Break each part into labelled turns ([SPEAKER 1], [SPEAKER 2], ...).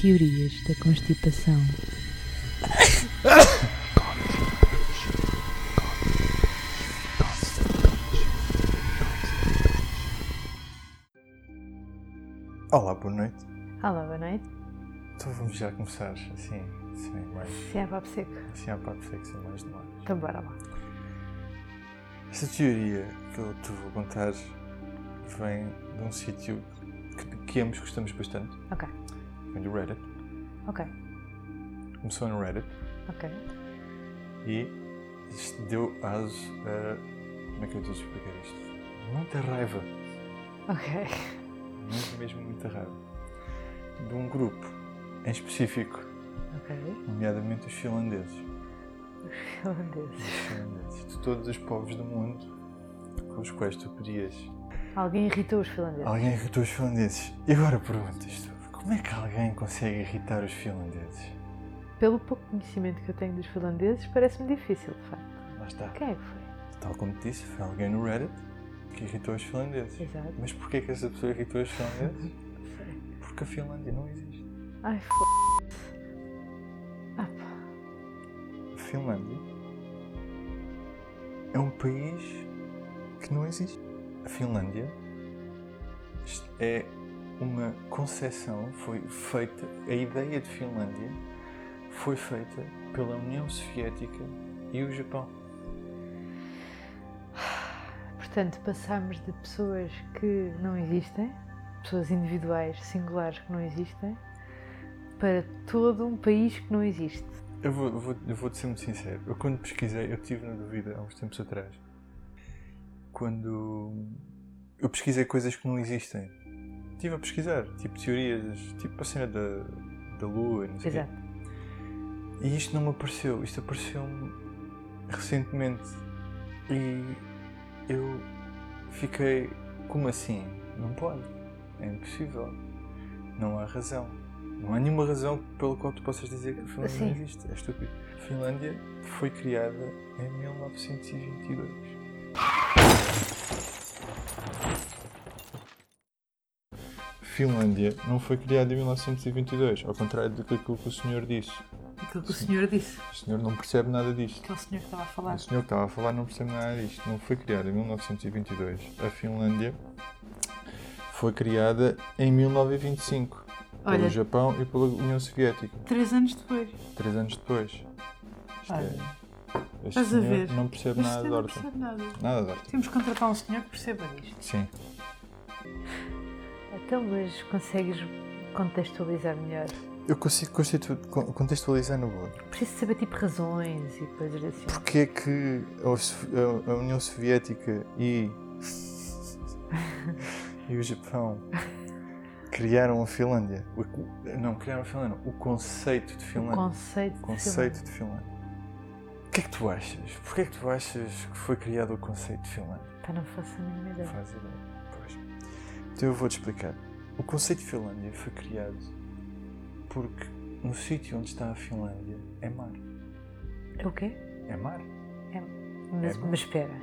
[SPEAKER 1] Teorias da constipação.
[SPEAKER 2] Olá, boa noite.
[SPEAKER 3] Olá, boa noite.
[SPEAKER 2] Então vamos já começar assim, sem mais,
[SPEAKER 3] Sim, é papo seco.
[SPEAKER 2] assim à parte sexy, mais demais.
[SPEAKER 3] Então bora lá.
[SPEAKER 2] Esta teoria que eu te vou contar vem de um sítio que, que ambos gostamos bastante.
[SPEAKER 3] Ok.
[SPEAKER 2] Vem do Reddit.
[SPEAKER 3] Ok,
[SPEAKER 2] Começou no Reddit
[SPEAKER 3] ok.
[SPEAKER 2] e isto deu aso a. Como é que eu te explicar isto? Muita raiva.
[SPEAKER 3] Ok.
[SPEAKER 2] Muita, mesmo muita raiva. De um grupo em específico,
[SPEAKER 3] Ok.
[SPEAKER 2] nomeadamente os finlandeses.
[SPEAKER 3] Holandeses.
[SPEAKER 2] finlandeses, de todos os povos do mundo com os quais tu podias.
[SPEAKER 3] Alguém irritou os finlandeses.
[SPEAKER 2] Alguém irritou os finlandeses. um E agora perguntas-te, como é que alguém consegue irritar os finlandeses?
[SPEAKER 3] Pelo pouco conhecimento que eu tenho dos finlandeses, parece-me difícil, de facto.
[SPEAKER 2] Lá está.
[SPEAKER 3] Quem é que foi?
[SPEAKER 2] Tal como te disse, foi alguém no Reddit que irritou os finlandeses.
[SPEAKER 3] Exato.
[SPEAKER 2] Mas porquê que essa pessoa irritou os finlandeses? Porque a Finlândia não existe.
[SPEAKER 3] Ai, f. Ah, pá.
[SPEAKER 2] A Finlândia é um país que não existe. A Finlândia est- é uma concessão, foi feita, a ideia de Finlândia foi feita pela União Soviética e o Japão.
[SPEAKER 3] Portanto, passámos de pessoas que não existem, pessoas individuais, singulares que não existem, para todo um país que não existe.
[SPEAKER 2] Eu vou, eu vou, eu vou ser muito sincero. Eu quando pesquisei, eu estive na dúvida há uns tempos atrás. Quando eu pesquisei coisas que não existem. Estive a pesquisar, tipo teorias, tipo a cena da, da Lua, e não sei o quê.
[SPEAKER 3] Exato.
[SPEAKER 2] E isto não me apareceu, isto apareceu-me recentemente. E eu fiquei, como assim? Não pode, é impossível. Não há razão. Não há nenhuma razão pela qual tu possas dizer que a Finlândia não
[SPEAKER 3] Sim.
[SPEAKER 2] existe. É estúpido. A Finlândia foi criada em 1922. Finlândia não foi criada em 1922, ao contrário do que aquilo que o senhor disse.
[SPEAKER 3] Aquilo que o senhor disse,
[SPEAKER 2] O senhor não percebe nada disto.
[SPEAKER 3] aquele senhor que estava a falar.
[SPEAKER 2] O senhor que estava a falar não percebe nada disto. Não foi criada em 1922. A Finlândia foi criada em 1925 pelo
[SPEAKER 3] Olha,
[SPEAKER 2] Japão e pela União Soviética,
[SPEAKER 3] três anos depois.
[SPEAKER 2] três anos depois. Isto é,
[SPEAKER 3] Olha,
[SPEAKER 2] este
[SPEAKER 3] estás a
[SPEAKER 2] senhor
[SPEAKER 3] ver?
[SPEAKER 2] não percebe
[SPEAKER 3] Mas é
[SPEAKER 2] nada de
[SPEAKER 3] não
[SPEAKER 2] horta.
[SPEAKER 3] percebe nada.
[SPEAKER 2] Nada de horta.
[SPEAKER 3] Temos que contratar um senhor que perceba isto.
[SPEAKER 2] Sim.
[SPEAKER 3] Então, mas consegues contextualizar melhor?
[SPEAKER 2] Eu consigo constitu- con- contextualizar no boa.
[SPEAKER 3] Preciso saber tipo razões e coisas assim.
[SPEAKER 2] Porquê que a Sovi- a a União Soviética e, e o Japão criaram a Finlândia? O co- Não, criaram a Finlândia, não. o conceito de
[SPEAKER 3] O
[SPEAKER 2] Finlândia.
[SPEAKER 3] conceito. de
[SPEAKER 2] O um conceito de Finlândia. O que é que tu achas? Porquê é que tu achas que foi criado o conceito de Finlândia?
[SPEAKER 3] Finlândia. Pá, não faço a mínima
[SPEAKER 2] Não
[SPEAKER 3] ideia.
[SPEAKER 2] faz ideia. Pois. Então eu vou-te explicar. O conceito de Finlândia foi criado porque no sítio onde está a Finlândia é mar.
[SPEAKER 3] É O quê?
[SPEAKER 2] É mar?
[SPEAKER 3] Mas,
[SPEAKER 2] É bom.
[SPEAKER 3] mas espera.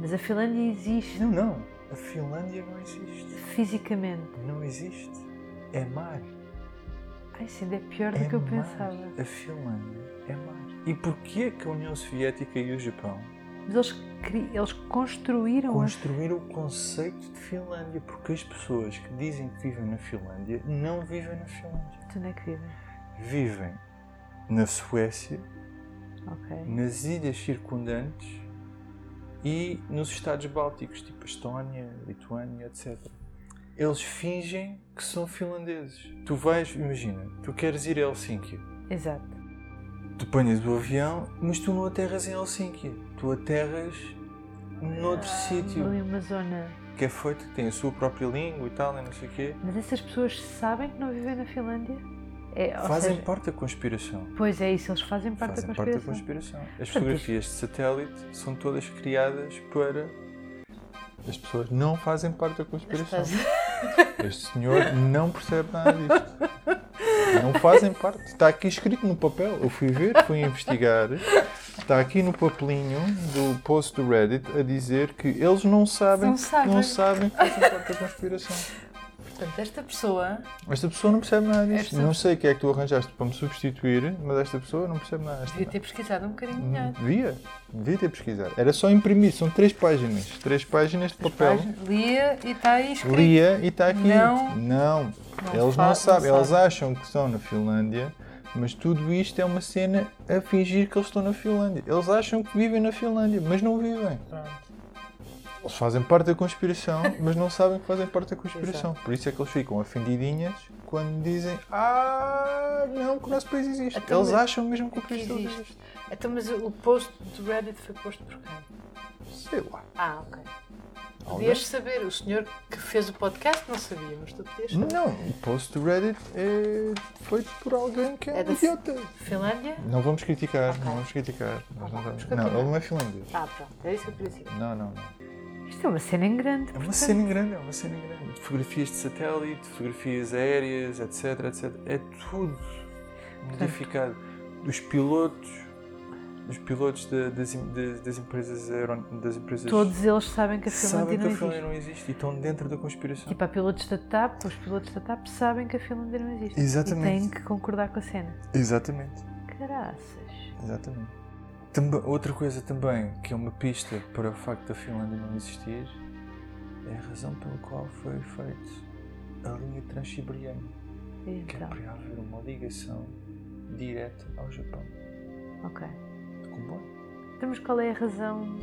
[SPEAKER 3] Mas a Finlândia existe
[SPEAKER 2] Não, não. A Finlândia não existe.
[SPEAKER 3] fisicamente.
[SPEAKER 2] Não existe. É mar.
[SPEAKER 3] Ai, isso ainda é pior do
[SPEAKER 2] é
[SPEAKER 3] que eu
[SPEAKER 2] mar.
[SPEAKER 3] pensava.
[SPEAKER 2] A Finlândia é mar. E porquê que a União Soviética e o Japão
[SPEAKER 3] Mas eles, cri- eles construíram. a-
[SPEAKER 2] construíram o conceito de Finlândia? Porque as pessoas que dizem que vivem na Finlândia não vivem na Finlândia.
[SPEAKER 3] Tu não é que vivem?
[SPEAKER 2] Vivem na Suécia,
[SPEAKER 3] Ok.
[SPEAKER 2] nas ilhas circundantes e nos Estados Bálticos, tipo Estónia, Lituânia, etc. Eles fingem que são finlandeses. Tu vais, imagina, tu queres ir a Helsínquia.
[SPEAKER 3] Exato.
[SPEAKER 2] Tu apanhas o avião, mas tu não aterras em Helsínquia. Tu aterras noutro
[SPEAKER 3] Ah,
[SPEAKER 2] sítio
[SPEAKER 3] Ali uma zona.
[SPEAKER 2] que é feito, que tem a sua própria língua e tal, e não sei o quê.
[SPEAKER 3] Mas essas pessoas sabem que não vivem na Finlândia? É, ou
[SPEAKER 2] Fazem
[SPEAKER 3] seja,
[SPEAKER 2] parte da conspiração.
[SPEAKER 3] Pois é isso, eles fazem parte
[SPEAKER 2] Fazem
[SPEAKER 3] da
[SPEAKER 2] parte da
[SPEAKER 3] conspiração.
[SPEAKER 2] conspiração. As
[SPEAKER 3] Portanto,
[SPEAKER 2] fotografias de satélite são todas criadas para. As pessoas não fazem parte da conspiração. Este senhor não percebe nada disto. Não fazem parte. Está aqui escrito no papel. Eu fui ver, fui investigar. Está aqui no papelinho do post do Reddit a dizer que eles não sabem,
[SPEAKER 3] Não sabem.
[SPEAKER 2] não sabem que fazem parte da conspiração.
[SPEAKER 4] Portanto, esta pessoa
[SPEAKER 2] Esta pessoa não percebe nada disto.
[SPEAKER 4] Esta-
[SPEAKER 2] Não sei o que é que tu arranjaste para me substituir, mas esta pessoa não percebe nada. Esta...
[SPEAKER 4] devia ter pesquisado um bocadinho
[SPEAKER 2] Hum,
[SPEAKER 4] melhor.
[SPEAKER 2] Devia, devia ter pesquisado. Era só imprimir, são três páginas. Três páginas de papel.
[SPEAKER 4] Página- Lia e
[SPEAKER 3] tá
[SPEAKER 4] está aí escrito.
[SPEAKER 2] Lia e está aqui.
[SPEAKER 4] Não.
[SPEAKER 2] Não. Eles
[SPEAKER 4] fa-
[SPEAKER 2] não sabem, eles acham que estão na Finlândia, mas tudo isto é uma cena a fingir que eles estão na Finlândia. Eles acham que vivem na Finlândia, mas não vivem.
[SPEAKER 4] Pronto.
[SPEAKER 2] Eles fazem parte da conspiração, mas não sabem que fazem parte da conspiração. Por isso é que eles ficam ofendidinhas quando dizem Ah, não, que o nosso país existe.
[SPEAKER 4] Então,
[SPEAKER 2] eles
[SPEAKER 4] mas-
[SPEAKER 2] acham mesmo que o país não
[SPEAKER 4] existe.
[SPEAKER 2] existe.
[SPEAKER 4] Então, mas o post do Reddit foi posto por quem?
[SPEAKER 2] Sei lá.
[SPEAKER 4] Ah, ok.
[SPEAKER 2] Alguém?
[SPEAKER 4] Podias saber, o senhor que fez o podcast não sabia, mas tu podias saber.
[SPEAKER 2] Não, o post do Reddit é feito por alguém que é,
[SPEAKER 4] É da-
[SPEAKER 2] idiota.
[SPEAKER 4] Finlândia?
[SPEAKER 2] Não vamos criticar,
[SPEAKER 4] Ok.
[SPEAKER 2] não vamos criticar. Nós
[SPEAKER 4] Ok,
[SPEAKER 2] não,
[SPEAKER 4] vamos
[SPEAKER 2] vamos... não,
[SPEAKER 4] continuar.
[SPEAKER 2] ele não é finlandês.
[SPEAKER 4] Ah, pronto, é isso que eu queria saber.
[SPEAKER 2] Não, não, não.
[SPEAKER 3] Isto é uma cena em grande.
[SPEAKER 2] É uma cena grande, é uma cena grande. Fotografias de satélite, fotografias aéreas, etc, etc. É tudo modificado. Os pilotos, os pilotos da- das, em- das- das empresas aeron... das empresas
[SPEAKER 3] Todos eles sabem que a
[SPEAKER 2] sabem
[SPEAKER 3] Finlândia
[SPEAKER 2] que
[SPEAKER 3] não
[SPEAKER 2] a Finlândia
[SPEAKER 3] existe.
[SPEAKER 2] não existe e estão dentro da conspiração.
[SPEAKER 3] Tipo, há pilotos da TAP, os pilotos da TAP sabem que a Finlândia não existe.
[SPEAKER 2] Exatamente.
[SPEAKER 3] E têm que concordar com a cena.
[SPEAKER 2] Exatamente.
[SPEAKER 3] Caraças.
[SPEAKER 2] Exatamente. Tamb- outra coisa também que é uma pista para o facto da Finlândia não existir é a razão pela qual foi feita a linha transsiberiana,
[SPEAKER 3] E
[SPEAKER 2] que é
[SPEAKER 3] Então,
[SPEAKER 2] para haver uma ligação direta ao Japão.
[SPEAKER 3] ok.
[SPEAKER 2] De comboio.
[SPEAKER 3] Então, mas qual é a razão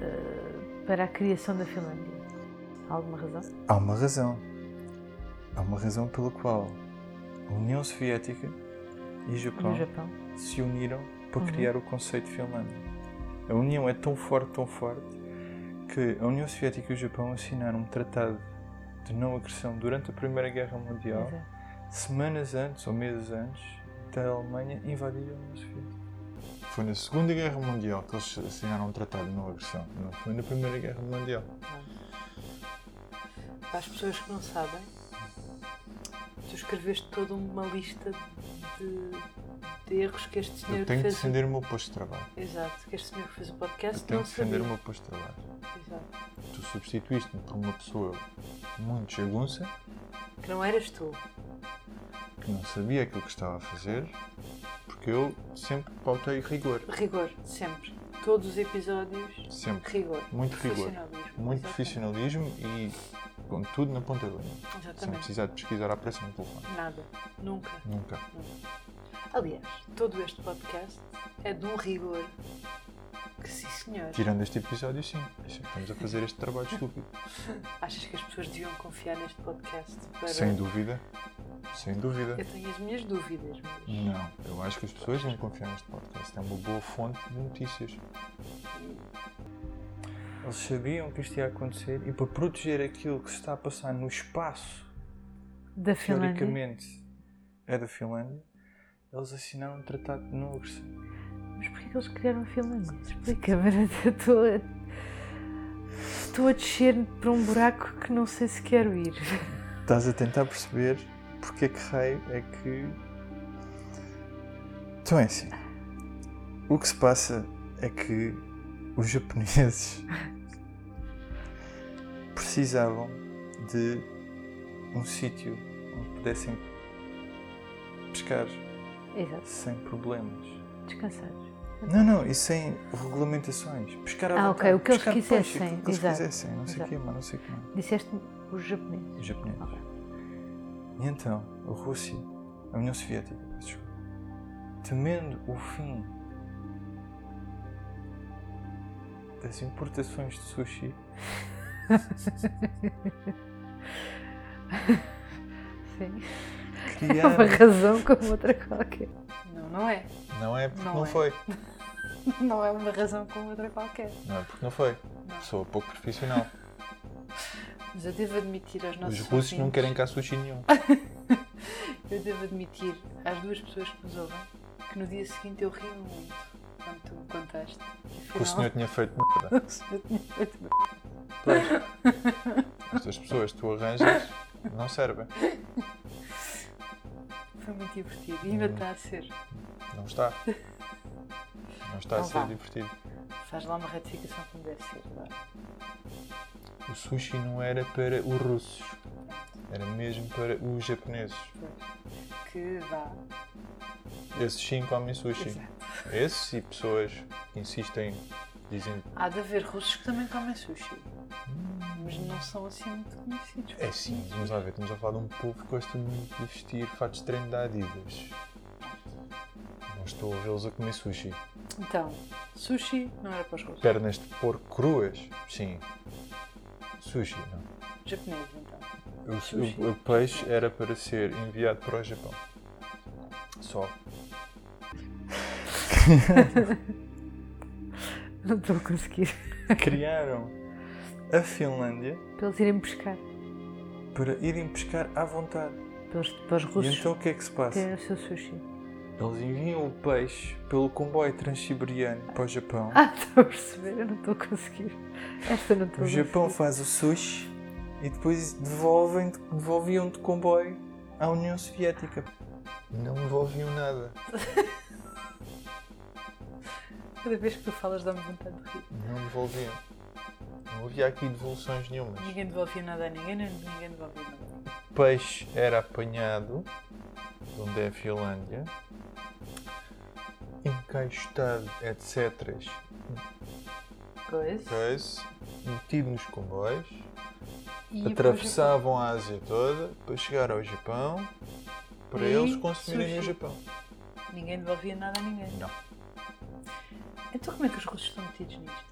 [SPEAKER 3] eh, para a criação da Finlândia? Há alguma razão?
[SPEAKER 2] Há uma razão. Há uma razão pela qual a União Soviética e o Japão,
[SPEAKER 3] No Japão?
[SPEAKER 2] se uniram para
[SPEAKER 3] Uhum.
[SPEAKER 2] criar o conceito de Finlândia. A união é tão forte, tão forte, que a União Soviética e o Japão assinaram um tratado de não agressão durante a Primeira Guerra Mundial,
[SPEAKER 3] Exato.
[SPEAKER 2] semanas antes ou meses antes da Alemanha invadir a União Soviética. Foi na Segunda Guerra Mundial que eles assinaram um tratado de não agressão, não foi na Primeira Guerra Mundial.
[SPEAKER 4] Para as pessoas que não sabem, tu escreveste toda uma lista de, de erros que este senhor
[SPEAKER 2] Eu tenho que
[SPEAKER 4] fez.
[SPEAKER 2] defender o meu posto de trabalho.
[SPEAKER 4] Exato, que este senhor que fez o
[SPEAKER 2] Eu
[SPEAKER 4] podcast
[SPEAKER 2] tenho
[SPEAKER 4] não
[SPEAKER 2] que defender
[SPEAKER 4] sabia.
[SPEAKER 2] o meu posto de trabalho.
[SPEAKER 4] Exato.
[SPEAKER 2] Tu substituíste-me por uma pessoa muito jagunça,
[SPEAKER 4] Que não eras tu.
[SPEAKER 2] que não sabia aquilo que estava a fazer, porque eu sempre pautei rigor.
[SPEAKER 4] Rigor, sempre. Todos os episódios,
[SPEAKER 2] Sempre.
[SPEAKER 4] rigor.
[SPEAKER 2] Muito rigor.
[SPEAKER 4] Profissionalismo.
[SPEAKER 2] Muito
[SPEAKER 4] Exatamente.
[SPEAKER 2] profissionalismo e com tudo na ponta da linha. Sem
[SPEAKER 4] Exatamente.
[SPEAKER 2] precisar de pesquisar à pressa no telefone.
[SPEAKER 4] Nada. Nunca.
[SPEAKER 2] Nunca.
[SPEAKER 4] Aliás, todo este podcast é de um rigor que, sim senhor,
[SPEAKER 2] Tirando este episódio, sim. Isso é que Estamos a fazer este trabalho estúpido.
[SPEAKER 4] achas que as pessoas deviam confiar neste podcast para...
[SPEAKER 2] Sem dúvida. Sem dúvida.
[SPEAKER 4] Eu tenho as minhas dúvidas, mas
[SPEAKER 2] Não, eu acho que as pessoas não confiam neste podcast. É uma boa fonte de notícias. Eles sabiam que isto ia acontecer e para proteger aquilo que se está a passar no espaço,
[SPEAKER 3] Da Finlândia?
[SPEAKER 2] teoricamente é da Finlândia, eles assinaram um tratado de não agressão.
[SPEAKER 3] Mas porquê que eles criaram a Finlândia? Explica-me. eu Estou a... Estou a descer para um buraco que não sei se quero ir.
[SPEAKER 2] Estás a tentar perceber porque é que raio é que. Então é assim. O que se passa é que os japoneses precisavam de um sítio onde pudessem pescar
[SPEAKER 3] Exato.
[SPEAKER 2] sem problemas.
[SPEAKER 3] Descansados.
[SPEAKER 2] Não, não, e sem regulamentações. Pescar à
[SPEAKER 3] Ah, ok,
[SPEAKER 2] vontade,
[SPEAKER 3] o que eles
[SPEAKER 2] pescar peixe,
[SPEAKER 3] quisessem,
[SPEAKER 2] aquilo que eles
[SPEAKER 3] exato,
[SPEAKER 2] quisessem, não sei o
[SPEAKER 3] exato.
[SPEAKER 2] que, mas não sei o que mais.
[SPEAKER 3] Disseste-me os japoneses.
[SPEAKER 2] Os japoneses.
[SPEAKER 3] Ok.
[SPEAKER 2] E então, a Rússia, a União Soviética, peço desculpa, temendo o fim das importações de sushi,
[SPEAKER 3] Sim. É uma
[SPEAKER 2] criaram.
[SPEAKER 3] razão como outra qualquer.
[SPEAKER 4] não, não é.
[SPEAKER 2] não é porque não,
[SPEAKER 4] Não é.
[SPEAKER 2] foi.
[SPEAKER 4] Não é uma razão como outra qualquer.
[SPEAKER 2] Não é porque não foi. Pessoa pouco profissional.
[SPEAKER 4] Mas eu devo admitir aos nossos
[SPEAKER 2] Os russos não
[SPEAKER 4] ouvintes-
[SPEAKER 2] querem cá sushi nenhum.
[SPEAKER 4] Eu devo admitir às duas pessoas que nos ouvem que no dia seguinte eu ri muito quando tu me contaste.
[SPEAKER 2] Porque o senhor tinha feito merda.
[SPEAKER 4] o senhor tinha feito
[SPEAKER 2] Pois. Estas pessoas que tu arranjas não servem.
[SPEAKER 4] Foi muito divertido e ainda
[SPEAKER 2] Hum.
[SPEAKER 4] está a ser.
[SPEAKER 2] Não está. Não está a
[SPEAKER 4] Então
[SPEAKER 2] ser
[SPEAKER 4] vá.
[SPEAKER 2] divertido.
[SPEAKER 4] Faz lá uma ratificação como deve ser. Vá.
[SPEAKER 2] O sushi não era para os russos. Era mesmo para os japoneses.
[SPEAKER 4] Que vá.
[SPEAKER 2] Esses sim comem sushi.
[SPEAKER 4] Exato.
[SPEAKER 2] Esses e pessoas que insistem, dizem
[SPEAKER 4] Há de haver russos que também comem sushi. Mas não são assim muito conhecidos.
[SPEAKER 2] É sim, vamos lá ver, estamos a falar de um povo que gosta muito de vestir fatos de treino da Adidas. Não estou a vê-los a comer sushi.
[SPEAKER 4] Então, sushi não era para os russos.
[SPEAKER 2] Pernas de porco cruas? Sim. Sushi, não.
[SPEAKER 4] Japoneses, então.
[SPEAKER 2] O, o-
[SPEAKER 4] Sushi.
[SPEAKER 2] o peixe era para ser enviado para o Japão. Só.
[SPEAKER 3] Não estou a conseguir.
[SPEAKER 2] Criaram a Finlândia
[SPEAKER 3] Para eles irem pescar.
[SPEAKER 2] para irem pescar à vontade.
[SPEAKER 3] Para os, para os russos
[SPEAKER 2] E então o que é que se passa?
[SPEAKER 3] terem o seu sushi.
[SPEAKER 2] Eles enviam o peixe pelo comboio transiberiano para o Japão.
[SPEAKER 3] Ah, estou a perceber, eu não estou a conseguir. Esta não estou
[SPEAKER 2] O
[SPEAKER 3] a
[SPEAKER 2] Japão
[SPEAKER 3] conseguir.
[SPEAKER 2] faz o sushi e depois devolvem, devolviam de comboio à União Soviética. Não devolviam nada.
[SPEAKER 4] Cada vez que tu falas dá-me vontade de rir.
[SPEAKER 2] Não devolviam. Não havia aqui devoluções nenhumas.
[SPEAKER 4] Ninguém devolvia nada a ninguém, nem ninguém devolvia nada a ninguém.
[SPEAKER 2] Peixe era apanhado, de onde é a Finlândia, encaixotado, etc. É.
[SPEAKER 4] Pois.
[SPEAKER 2] Coisa, metido nos comboios,
[SPEAKER 4] E
[SPEAKER 2] atravessavam a Ásia toda para chegar ao Japão, para
[SPEAKER 4] E
[SPEAKER 2] eles consumirem o
[SPEAKER 4] sushi.
[SPEAKER 2] Japão.
[SPEAKER 4] depois, Ninguém devolvia nada a ninguém.
[SPEAKER 2] Não.
[SPEAKER 4] Então como é que os russos estão metidos nisto?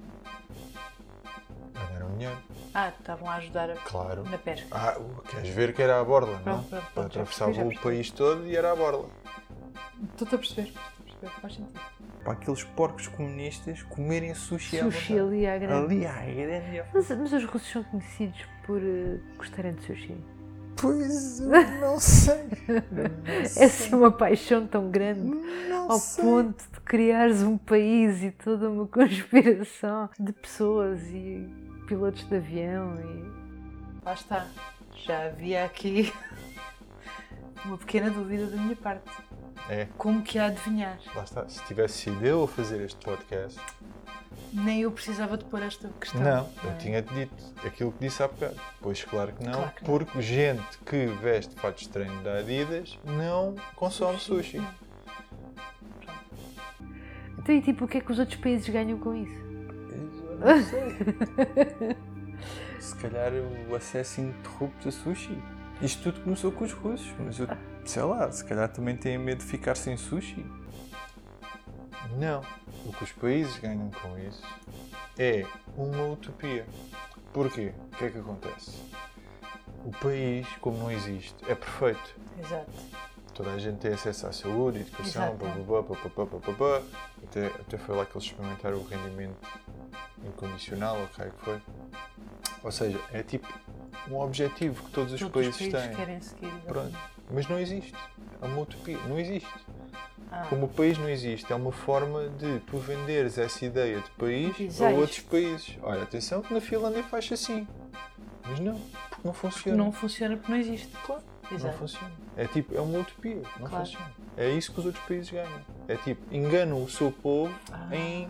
[SPEAKER 2] Ganharam dinheiro,
[SPEAKER 4] Ah, estavam a ajudar a...
[SPEAKER 2] claro.
[SPEAKER 4] na pesca.
[SPEAKER 2] Ah, queres ver que era à borda, não?
[SPEAKER 4] Pronto, pronto,
[SPEAKER 2] Ele
[SPEAKER 4] pronto, já
[SPEAKER 2] atravessava
[SPEAKER 4] percebi,
[SPEAKER 2] o
[SPEAKER 4] já
[SPEAKER 2] país todo e era à borda.
[SPEAKER 4] Estou-te a perceber. Estou a perceber. Faz sentido.
[SPEAKER 2] Para aqueles porcos comunistas comerem sushi,
[SPEAKER 3] Sushi ali à grande.
[SPEAKER 4] né?
[SPEAKER 2] Ali é, à grande.
[SPEAKER 3] Mas, mas os russos são conhecidos por eh, gostarem de sushi.
[SPEAKER 2] Pois eu não sei. Eu não
[SPEAKER 3] É assim uma paixão tão grande.
[SPEAKER 2] Não
[SPEAKER 3] Ao
[SPEAKER 2] sei.
[SPEAKER 3] ponto de criares um país e toda uma conspiração de pessoas e pilotos de avião e.
[SPEAKER 4] Lá está. Já havia aqui uma pequena dúvida da minha parte.
[SPEAKER 2] É.
[SPEAKER 4] Como que a adivinhar?
[SPEAKER 2] Lá está. Se tivesse sido eu a fazer este podcast,
[SPEAKER 4] Nem eu precisava de pôr esta questão.
[SPEAKER 2] não,
[SPEAKER 4] é?
[SPEAKER 2] eu tinha-te dito aquilo que disse há bocado. Pois claro que não,
[SPEAKER 4] Claro que não.
[SPEAKER 2] porque gente que veste fatos de treino da Adidas não consome sushi.
[SPEAKER 4] Não.
[SPEAKER 3] Então, e tipo, o que é que os outros países ganham com isso?
[SPEAKER 2] É, Eu não sei. Se calhar o acesso interrupto a sushi. Isto tudo começou com os russos, mas eu sei lá, se calhar também têm medo de ficar sem sushi. Não. O que os países ganham com isso é uma utopia. Porquê? O que é que acontece? O país, como não existe, é perfeito
[SPEAKER 4] Exato.
[SPEAKER 2] toda a gente tem acesso à saúde, educação,
[SPEAKER 4] Exato.
[SPEAKER 2] blá, blá, blá, blá, blá, blá, blá, blá. Até, até foi lá que eles experimentaram o rendimento incondicional, ou o que é que foi. Ou seja, é tipo um objetivo que todos os
[SPEAKER 4] Todos
[SPEAKER 2] países,
[SPEAKER 4] os países
[SPEAKER 2] têm.
[SPEAKER 4] querem seguir. exatamente.
[SPEAKER 2] Pronto. Mas não existe. É uma utopia. Não existe.
[SPEAKER 4] Ah,
[SPEAKER 2] Como o país não existe, é uma forma de tu venderes essa ideia de país a
[SPEAKER 4] Exato.
[SPEAKER 2] outros países. Olha, atenção que na Finlândia faz assim. Mas não, porque não funciona.
[SPEAKER 4] não funciona porque não existe.
[SPEAKER 2] Claro. Não
[SPEAKER 4] Exato.
[SPEAKER 2] funciona. É tipo, é uma utopia. Não
[SPEAKER 4] Claro.
[SPEAKER 2] funciona. É isso que os outros países ganham. É tipo, enganam o seu povo
[SPEAKER 4] Ah.
[SPEAKER 2] em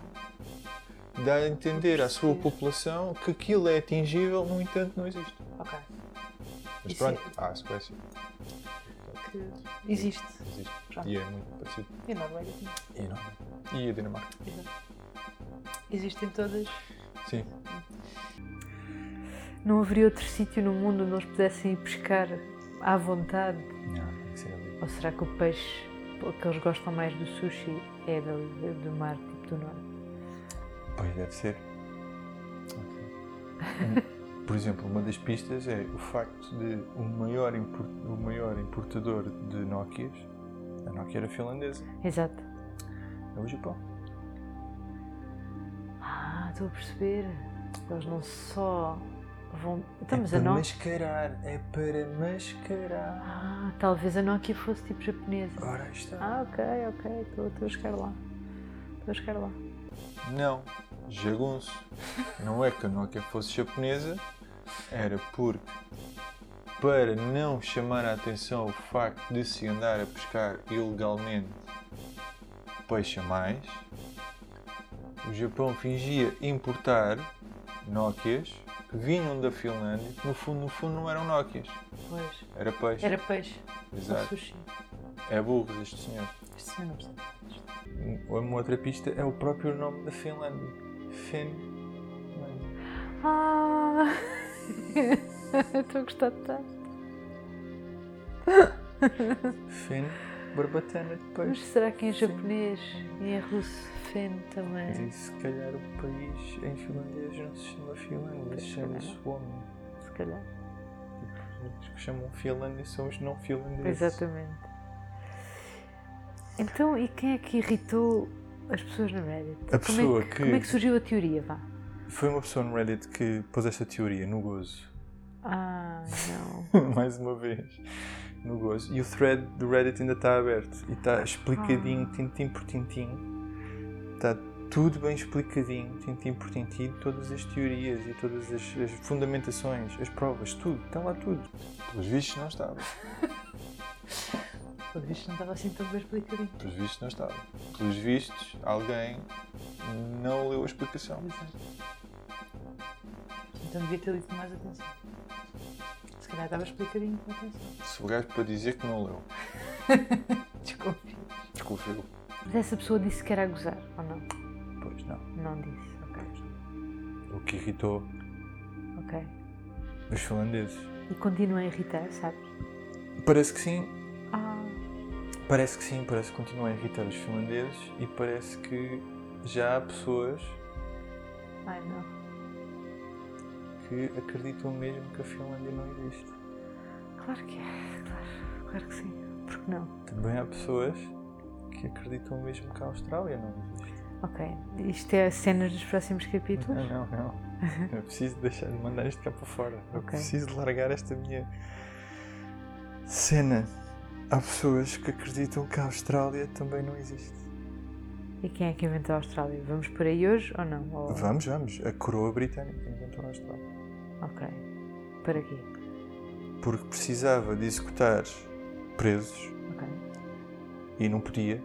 [SPEAKER 2] dar a entender à sua população que aquilo é atingível, no entanto não existe.
[SPEAKER 4] Ok.
[SPEAKER 2] Mas
[SPEAKER 4] Isso
[SPEAKER 2] pronto, ah, a Suécia
[SPEAKER 4] Que existe.
[SPEAKER 2] existe.
[SPEAKER 4] Pronto.
[SPEAKER 2] E é muito parecido.
[SPEAKER 4] E não vai existir.
[SPEAKER 2] E não. E a Dinamarca.
[SPEAKER 4] Existem todas.
[SPEAKER 2] Sim.
[SPEAKER 3] Não haveria outro sítio no mundo onde eles pudessem ir pescar à vontade?
[SPEAKER 2] Não, Ah, tem que ser ali.
[SPEAKER 3] Ou será que o peixe o que eles gostam mais do sushi é do, do mar, tipo do norte?
[SPEAKER 2] Pois deve ser. Ok. Por exemplo, uma das pistas é o facto de o maior, impor- o maior importador de Nokias, a Nokia era finlandesa,
[SPEAKER 3] Exato.
[SPEAKER 2] é o Japão.
[SPEAKER 3] Ah, estou a perceber. Eles não só vão. Então, mas a
[SPEAKER 2] É para
[SPEAKER 3] Nokia.
[SPEAKER 2] mascarar, é para mascarar.
[SPEAKER 3] Ah, talvez a Nokia fosse tipo japonesa.
[SPEAKER 2] Ora está.
[SPEAKER 3] Ah, ok, ok, estou- estou a chegar lá. Estou a chegar lá.
[SPEAKER 2] Não, jagunço. Não é que a Nokia fosse japonesa, era porque para não chamar a atenção o facto de se andar a pescar ilegalmente peixe a mais, o Japão fingia importar Nokias que vinham da Finlândia, que no fundo, no fundo não eram Nokias,
[SPEAKER 4] Pois.
[SPEAKER 2] era peixe.
[SPEAKER 4] Era peixe. Ou
[SPEAKER 2] Exato.
[SPEAKER 4] sushi.
[SPEAKER 2] É burros este senhor.
[SPEAKER 4] Este senhor não percebe.
[SPEAKER 2] Uma outra pista é o próprio nome da Finlândia. Fin.
[SPEAKER 3] Ah! Estou a gostar de estar.
[SPEAKER 2] Fin. Barbatana de
[SPEAKER 3] Mas
[SPEAKER 2] peixe.
[SPEAKER 3] será que em
[SPEAKER 2] Sim.
[SPEAKER 3] japonês e em russo fen também?
[SPEAKER 2] E se calhar o país em finlandês não se chama Finlândia, se chama Suomi.
[SPEAKER 3] Se calhar.
[SPEAKER 2] Os que chamam Finlândia são os não finlandeses.
[SPEAKER 3] Exatamente. Então, e quem é que irritou as pessoas na Reddit? como
[SPEAKER 2] A pessoa
[SPEAKER 3] é que,
[SPEAKER 2] que-
[SPEAKER 3] Como é que surgiu a teoria, vá?
[SPEAKER 2] Foi uma pessoa no Reddit que pôs esta teoria no gozo.
[SPEAKER 3] Ah, não.
[SPEAKER 2] mais uma vez no gozo. E o thread do Reddit ainda está aberto e está explicadinho, tintim por tintim. Está tudo bem explicadinho, tintim por tintim, todas as teorias e todas as, as fundamentações, as provas, tudo, está lá tudo. Pelos vistos não estava,
[SPEAKER 4] Pelo visto não estava assim tão bem explicadinho.
[SPEAKER 2] pelos vistos não estava. Pelos vistos, alguém não leu a explicação.
[SPEAKER 4] Exato. Então devia ter lido com mais atenção. Se calhar estava explicadinho com atenção.
[SPEAKER 2] Se o gajo para dizer que não leu,
[SPEAKER 4] Desconfio.
[SPEAKER 2] desconfio.
[SPEAKER 3] Mas essa pessoa disse que era a gozar, ou não?
[SPEAKER 2] Pois não.
[SPEAKER 3] Não disse, ok.
[SPEAKER 2] O que irritou
[SPEAKER 3] Ok.
[SPEAKER 2] os finlandeses.
[SPEAKER 3] E continua a irritar, sabes?
[SPEAKER 2] Parece que sim,
[SPEAKER 3] Ah,
[SPEAKER 2] Parece que sim, parece que continua a irritar os finlandeses e parece que já há pessoas
[SPEAKER 3] ai não.
[SPEAKER 2] que acreditam mesmo que a Finlândia não existe.
[SPEAKER 3] Claro que é, claro. Claro que sim. Porque não?
[SPEAKER 2] Também há pessoas que acreditam mesmo que a Austrália não existe.
[SPEAKER 3] Ok. Isto é a cena dos próximos
[SPEAKER 2] Não,
[SPEAKER 3] capítulos?
[SPEAKER 2] não, não. Eu preciso deixar de mandar isto cá para fora. Eu
[SPEAKER 3] Ok.
[SPEAKER 2] preciso de largar esta minha cena. Há pessoas que acreditam que a Austrália também não existe.
[SPEAKER 3] E quem é que inventou a Austrália? Vamos por aí hoje ou não? Ou-
[SPEAKER 2] Vamos, vamos. A coroa britânica inventou a Austrália.
[SPEAKER 3] Ok. Para quê?
[SPEAKER 2] porque precisava de executar presos
[SPEAKER 3] Ok.
[SPEAKER 2] e não podia.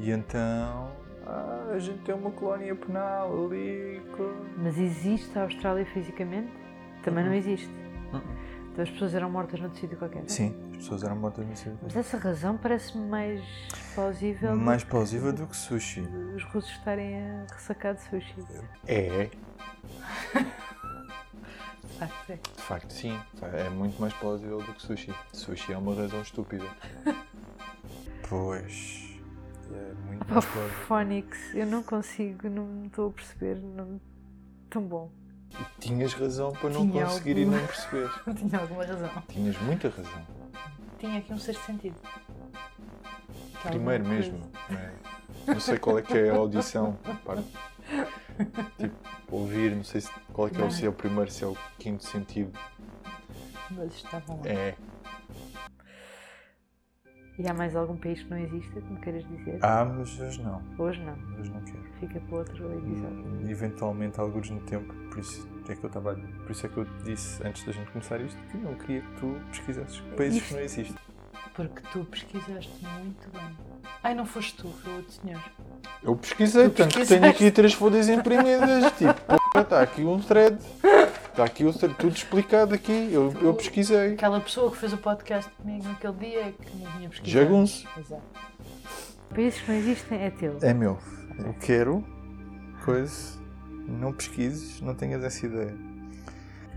[SPEAKER 2] E então. Ah, a gente tem uma colónia penal ali. co-"
[SPEAKER 3] Mas existe a Austrália fisicamente? Também não
[SPEAKER 2] Uhum.
[SPEAKER 3] existe. Então as pessoas eram mortas noutro sítio qualquer. não?
[SPEAKER 2] Sim, as pessoas eram mortas no sítio.
[SPEAKER 3] Mas essa razão parece-me mais plausível do
[SPEAKER 2] Mais
[SPEAKER 3] que
[SPEAKER 2] plausível do que sushi.
[SPEAKER 3] os russos estarem a ressacar de sushi.
[SPEAKER 2] É,
[SPEAKER 4] De facto, é.
[SPEAKER 2] de facto, sim. É muito mais plausível do que sushi. Sushi é uma razão estúpida. pois. É muito
[SPEAKER 3] Pá,
[SPEAKER 2] mais plausível.
[SPEAKER 3] Phonics, eu não consigo, não estou a perceber. Não... Tão bom.
[SPEAKER 2] E tinhas razão para não
[SPEAKER 4] Tinha
[SPEAKER 2] conseguir
[SPEAKER 4] alguma.
[SPEAKER 2] e não perceber.
[SPEAKER 4] Tinha alguma razão.
[SPEAKER 2] Tinhas muita razão.
[SPEAKER 4] Tinha aqui um sexto sentido. Que
[SPEAKER 2] Primeiro
[SPEAKER 4] alguma
[SPEAKER 2] mesmo, né? não sei qual é que é a audição. Para, tipo, ouvir, não sei se, qual é que é o seu primeiro, se é o quinto sentido.
[SPEAKER 4] coisa, Mas estavam lá.
[SPEAKER 2] É.
[SPEAKER 3] E há mais algum país que não existe que me queiras dizer?
[SPEAKER 2] Ah, mas hoje não,
[SPEAKER 3] Hoje não.
[SPEAKER 2] hoje não quero.
[SPEAKER 3] Fica para outro episódio.
[SPEAKER 2] Eventualmente, alguns no tempo, por isso é que eu estava. Por isso é que eu te disse antes da gente começar isto que não queria que tu pesquisasses países que não existem.
[SPEAKER 4] Porque tu pesquisaste muito bem. Ai, não foste tu, foi outro senhor.
[SPEAKER 2] Eu pesquisei,
[SPEAKER 4] Tu
[SPEAKER 2] tanto que tenho
[SPEAKER 4] pesquisaste.
[SPEAKER 2] aqui três folhas imprimidas. tipo, porra, está aqui um thread, está aqui o thread, tudo explicado aqui. Eu, eu pesquisei.
[SPEAKER 4] Aquela pessoa que fez o podcast comigo naquele dia é que não vinha pesquisar.
[SPEAKER 2] Jagunço.
[SPEAKER 4] Exato.
[SPEAKER 3] Países que não existem é teu.
[SPEAKER 2] É meu. Eu quero coisa. Não pesquises, não tenhas essa ideia.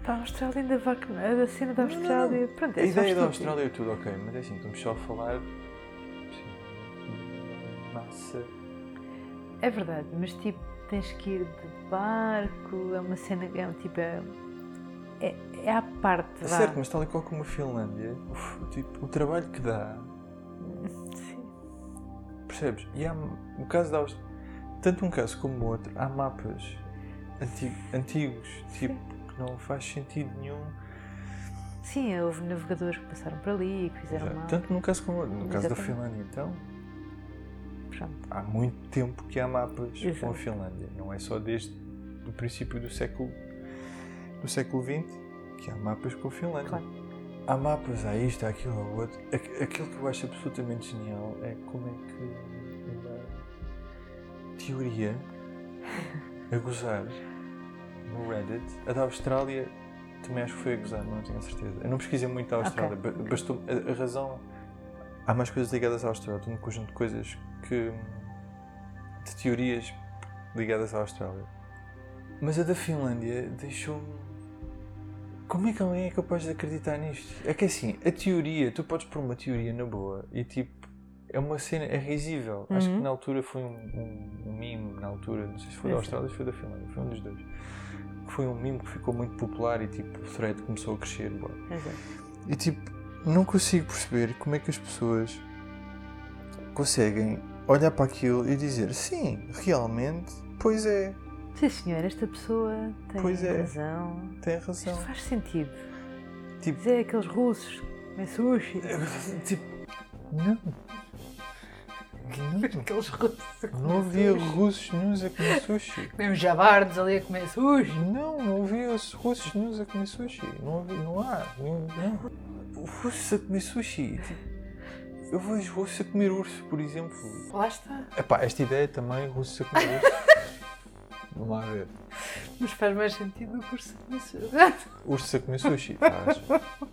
[SPEAKER 3] Pá, a Austrália ainda vai. que- A cena da Austrália. Pronto, é
[SPEAKER 2] A
[SPEAKER 3] só
[SPEAKER 2] ideia da
[SPEAKER 3] estúpido.
[SPEAKER 2] Austrália é tudo ok, mas é assim, estamos só a falar. assim, Massa.
[SPEAKER 3] É verdade, mas tipo, tens que ir de barco, é uma cena que é tipo. É, é, é à parte,
[SPEAKER 2] É
[SPEAKER 3] vá.
[SPEAKER 2] certo, mas tal e qual como a Finlândia, uf, tipo, o trabalho que dá,
[SPEAKER 3] Sim.
[SPEAKER 2] percebes? E há o caso da Austrália, tanto um caso como o outro, há mapas anti- antigos, tipo, que não faz sentido nenhum.
[SPEAKER 3] Sim, houve navegadores que passaram por ali e que fizeram
[SPEAKER 2] Exato.
[SPEAKER 3] mal.
[SPEAKER 2] Tanto num caso como no outro. No caso da
[SPEAKER 3] Exatamente.
[SPEAKER 2] Finlândia, então,
[SPEAKER 3] Pronto.
[SPEAKER 2] há muito tempo que há mapas com
[SPEAKER 3] Exato.
[SPEAKER 2] a Finlândia. Não é só desde o princípio do século do século XX que há mapas com a Finlândia.
[SPEAKER 3] Claro.
[SPEAKER 2] Há mapas, há isto, há aquilo, há outro. Aqu- Aquilo que eu acho absolutamente genial é como é que uma teoria a gozar no Reddit. A da Austrália também acho que foi a gozar, mas não tenho a certeza. Eu não pesquisei muito da Austrália. ba- Bastou a, a razão. Há mais coisas ligadas à Austrália. Tem um conjunto de coisas que. de teorias ligadas à Austrália. Mas a da Finlândia deixou-me. Como é que alguém é capaz de acreditar nisto? É que assim, a teoria, tu podes pôr uma teoria na boa e tipo, é uma cena, é risível. Acho que
[SPEAKER 3] Uhum.
[SPEAKER 2] na altura foi um, um, um mimo, na altura, não sei se foi da
[SPEAKER 3] Sim.
[SPEAKER 2] Austrália ou se foi da Finlândia, foi um dos dois. Foi um mimo que ficou muito popular e tipo, o thread começou a crescer. bué.
[SPEAKER 3] Exato.
[SPEAKER 2] E tipo, não consigo perceber como é que as pessoas conseguem olhar para aquilo e dizer sim, realmente, pois é,
[SPEAKER 3] Sim, senhor, esta pessoa tem
[SPEAKER 2] Pois é.
[SPEAKER 3] razão.
[SPEAKER 2] tem
[SPEAKER 3] Isto
[SPEAKER 2] razão.
[SPEAKER 3] faz sentido.
[SPEAKER 2] Tipo-
[SPEAKER 3] Dizer aqueles russos, é sushi.
[SPEAKER 2] Tipo, não. Não.
[SPEAKER 4] Aqueles russos a comer
[SPEAKER 2] Não havia
[SPEAKER 4] sushi.
[SPEAKER 2] russos nenhums a comer sushi.
[SPEAKER 4] Mesmo jabardos ali a comer sushi.
[SPEAKER 2] Não, não havia russos nenhums a comer é sushi. Não, havia, não há. Não, não. Russos a comer é sushi. Tipo, eu vejo russos a comer urso, por exemplo.
[SPEAKER 4] Lá está.
[SPEAKER 2] Epá, esta ideia também, russos a comer urso. Vamos lá ver.
[SPEAKER 4] Mas faz mais sentido o curso de comer sushi.
[SPEAKER 2] Ursos a comer sushi. Faz.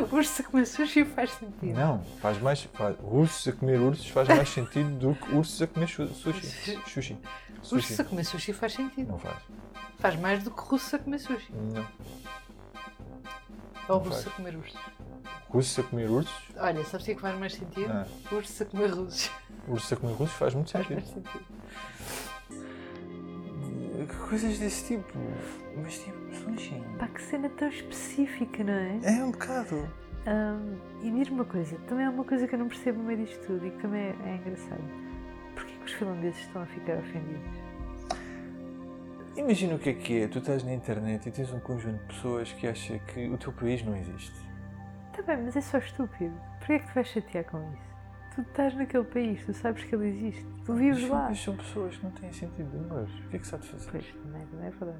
[SPEAKER 4] O curso de comer sushi faz sentido.
[SPEAKER 2] Não, faz mais. Faz, russos a comer ursos faz mais sentido do que ursos a comer su- sushi. Sushi.
[SPEAKER 4] O Urso a
[SPEAKER 2] Sushi.
[SPEAKER 4] comer sushi faz sentido.
[SPEAKER 2] Não faz.
[SPEAKER 4] Faz mais do que russo a comer sushi.
[SPEAKER 2] Não.
[SPEAKER 4] Ou
[SPEAKER 2] Não
[SPEAKER 4] russo
[SPEAKER 2] faz.
[SPEAKER 4] a comer ursos.
[SPEAKER 2] Russos a comer ursos?
[SPEAKER 4] Olha, sabes o que é que faz mais sentido?
[SPEAKER 2] Ah,
[SPEAKER 4] Urso a comer russos.
[SPEAKER 2] ursos a comer russos faz muito
[SPEAKER 4] Faz
[SPEAKER 2] sentido.
[SPEAKER 4] mais sentido.
[SPEAKER 2] Coisas desse tipo. Mas tipo, sushi.
[SPEAKER 3] Pá, que cena tão específica, não é?
[SPEAKER 2] É um bocado.
[SPEAKER 3] Ahm, e diz uma coisa, também há uma coisa que eu não percebo no meio disto tudo e que também é, é engraçado. Porquê que os finlandeses estão a ficar ofendidos?
[SPEAKER 2] Imagina o que é que é. Tu estás na internet e tens um conjunto de pessoas que acha que o teu país não existe.
[SPEAKER 3] Está bem, mas é só estúpido. Porquê é que te vais chatear com isso? Tu estás naquele país, tu sabes que ele existe, tu vives
[SPEAKER 2] Mas
[SPEAKER 3] lá.
[SPEAKER 2] Mas são pessoas que não têm sentido de humor. O que é que sabe fazer?
[SPEAKER 3] Pois, também, também é verdade.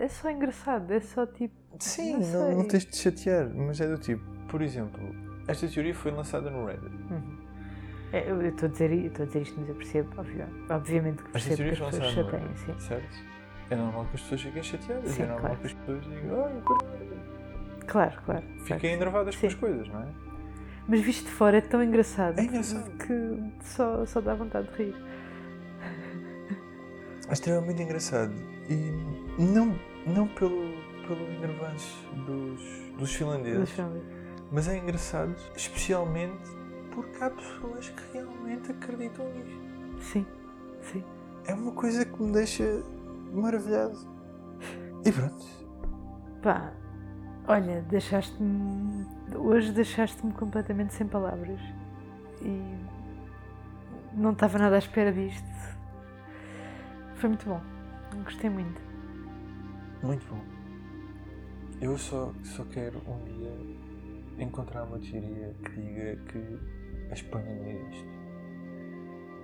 [SPEAKER 3] É só engraçado, é só tipo.
[SPEAKER 2] Sim,
[SPEAKER 3] Não
[SPEAKER 2] não,
[SPEAKER 3] sei.
[SPEAKER 2] não tens de te chatear, mas é do tipo. Por exemplo, esta teoria foi lançada no Reddit.
[SPEAKER 3] Uhum. É, eu eu estou a dizer, eu estou a dizer isto, mas eu percebo, óbvio- obviamente que
[SPEAKER 2] Esta
[SPEAKER 3] percebo que
[SPEAKER 2] teoria
[SPEAKER 3] as
[SPEAKER 2] foi
[SPEAKER 3] pessoas
[SPEAKER 2] lançada no
[SPEAKER 3] chateiam, sim.
[SPEAKER 2] Reddit, certo? É normal que as pessoas fiquem chateadas,
[SPEAKER 3] Sim,
[SPEAKER 2] é normal
[SPEAKER 3] claro.
[SPEAKER 2] que as pessoas digam, ai,
[SPEAKER 3] Claro, claro.
[SPEAKER 2] fiquem enervadas com
[SPEAKER 3] Sim.
[SPEAKER 2] as coisas, não é?
[SPEAKER 3] Mas visto de fora é tão engraçado,
[SPEAKER 2] É engraçado.
[SPEAKER 3] que só, só dá vontade de rir.
[SPEAKER 2] É extremamente engraçado. E não, não pelo, pelo enervante dos, dos finlandeses,
[SPEAKER 3] Deixa eu ver.
[SPEAKER 2] mas é engraçado especialmente porque há pessoas que realmente acreditam nisto.
[SPEAKER 3] Sim, sim.
[SPEAKER 2] É uma coisa que me deixa maravilhado. E pronto.
[SPEAKER 3] Pá, olha, deixaste-me. Hoje deixaste-me completamente sem palavras. E. Não estava nada à espera disto. Foi muito bom. Gostei muito.
[SPEAKER 2] Muito bom. Eu só, só quero um dia encontrar uma teoria que diga que a Espanha não existe.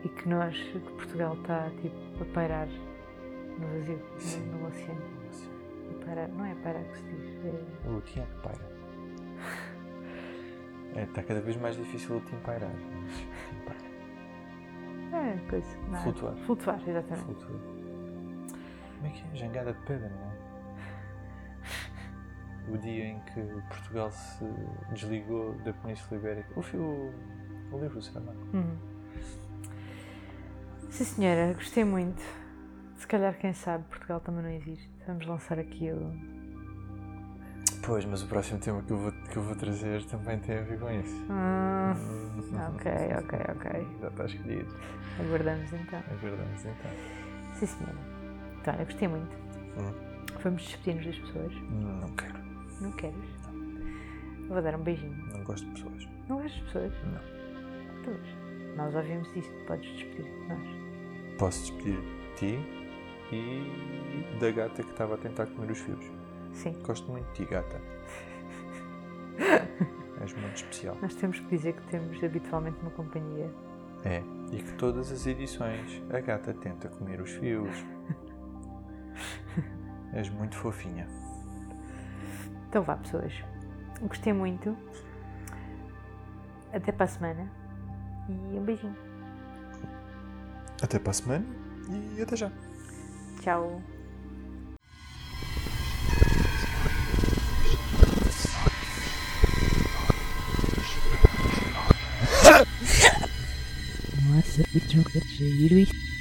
[SPEAKER 3] E que nós, que Portugal está tipo a pairar no vazio, no-
[SPEAKER 2] Sim.
[SPEAKER 3] no, oceano. A pairar, não é a pairar que se diz. É...
[SPEAKER 2] O Tim paira. É, está cada vez mais difícil o Tim pairar. né? mas Tim paira.
[SPEAKER 3] É, coisa. não é?
[SPEAKER 2] Flutuar.
[SPEAKER 3] Flutuar, exatamente.
[SPEAKER 2] Flutua. Como é que é? Jangada de pedra, não é? O dia em que Portugal se desligou da Península Ibérica. O, fi- o, o livro do Saramago.
[SPEAKER 3] Uhum. Sim, senhora, gostei muito. Se calhar, quem sabe, Portugal também não existe. Vamos lançar aqui o.
[SPEAKER 2] Pois, mas o próximo tema que eu vou, que eu vou trazer também tem a ver com isso. Hum.
[SPEAKER 3] Ah, ok, ok, ok.
[SPEAKER 2] Já está escolhido.
[SPEAKER 3] Aguardamos então.
[SPEAKER 2] Aguardamos então.
[SPEAKER 3] Sim, senhora. Então, olha, gostei muito.
[SPEAKER 2] Hum.
[SPEAKER 3] Vamos despedir-nos das pessoas.
[SPEAKER 2] Não quero.
[SPEAKER 3] Não queres? Vou dar um beijinho.
[SPEAKER 2] Não gosto de pessoas.
[SPEAKER 3] Não gostas de pessoas?
[SPEAKER 2] Não.
[SPEAKER 3] Todos. Nós ouvimos isto, podes despedir de nós.
[SPEAKER 2] Posso despedir de ti e da gata que estava a tentar comer os fios.
[SPEAKER 3] Sim,
[SPEAKER 2] Gosto muito de ti, gata. És muito especial.
[SPEAKER 3] nós temos que dizer que temos habitualmente uma companhia.
[SPEAKER 2] É. E que todas as edições a gata tenta comer os fios. És muito fofinha.
[SPEAKER 3] Então vá, pessoas. Gostei muito. Até para a semana. E um beijinho.
[SPEAKER 2] Até para a semana e até já.
[SPEAKER 5] Tchau.
[SPEAKER 3] Nossa, que jogo de giro.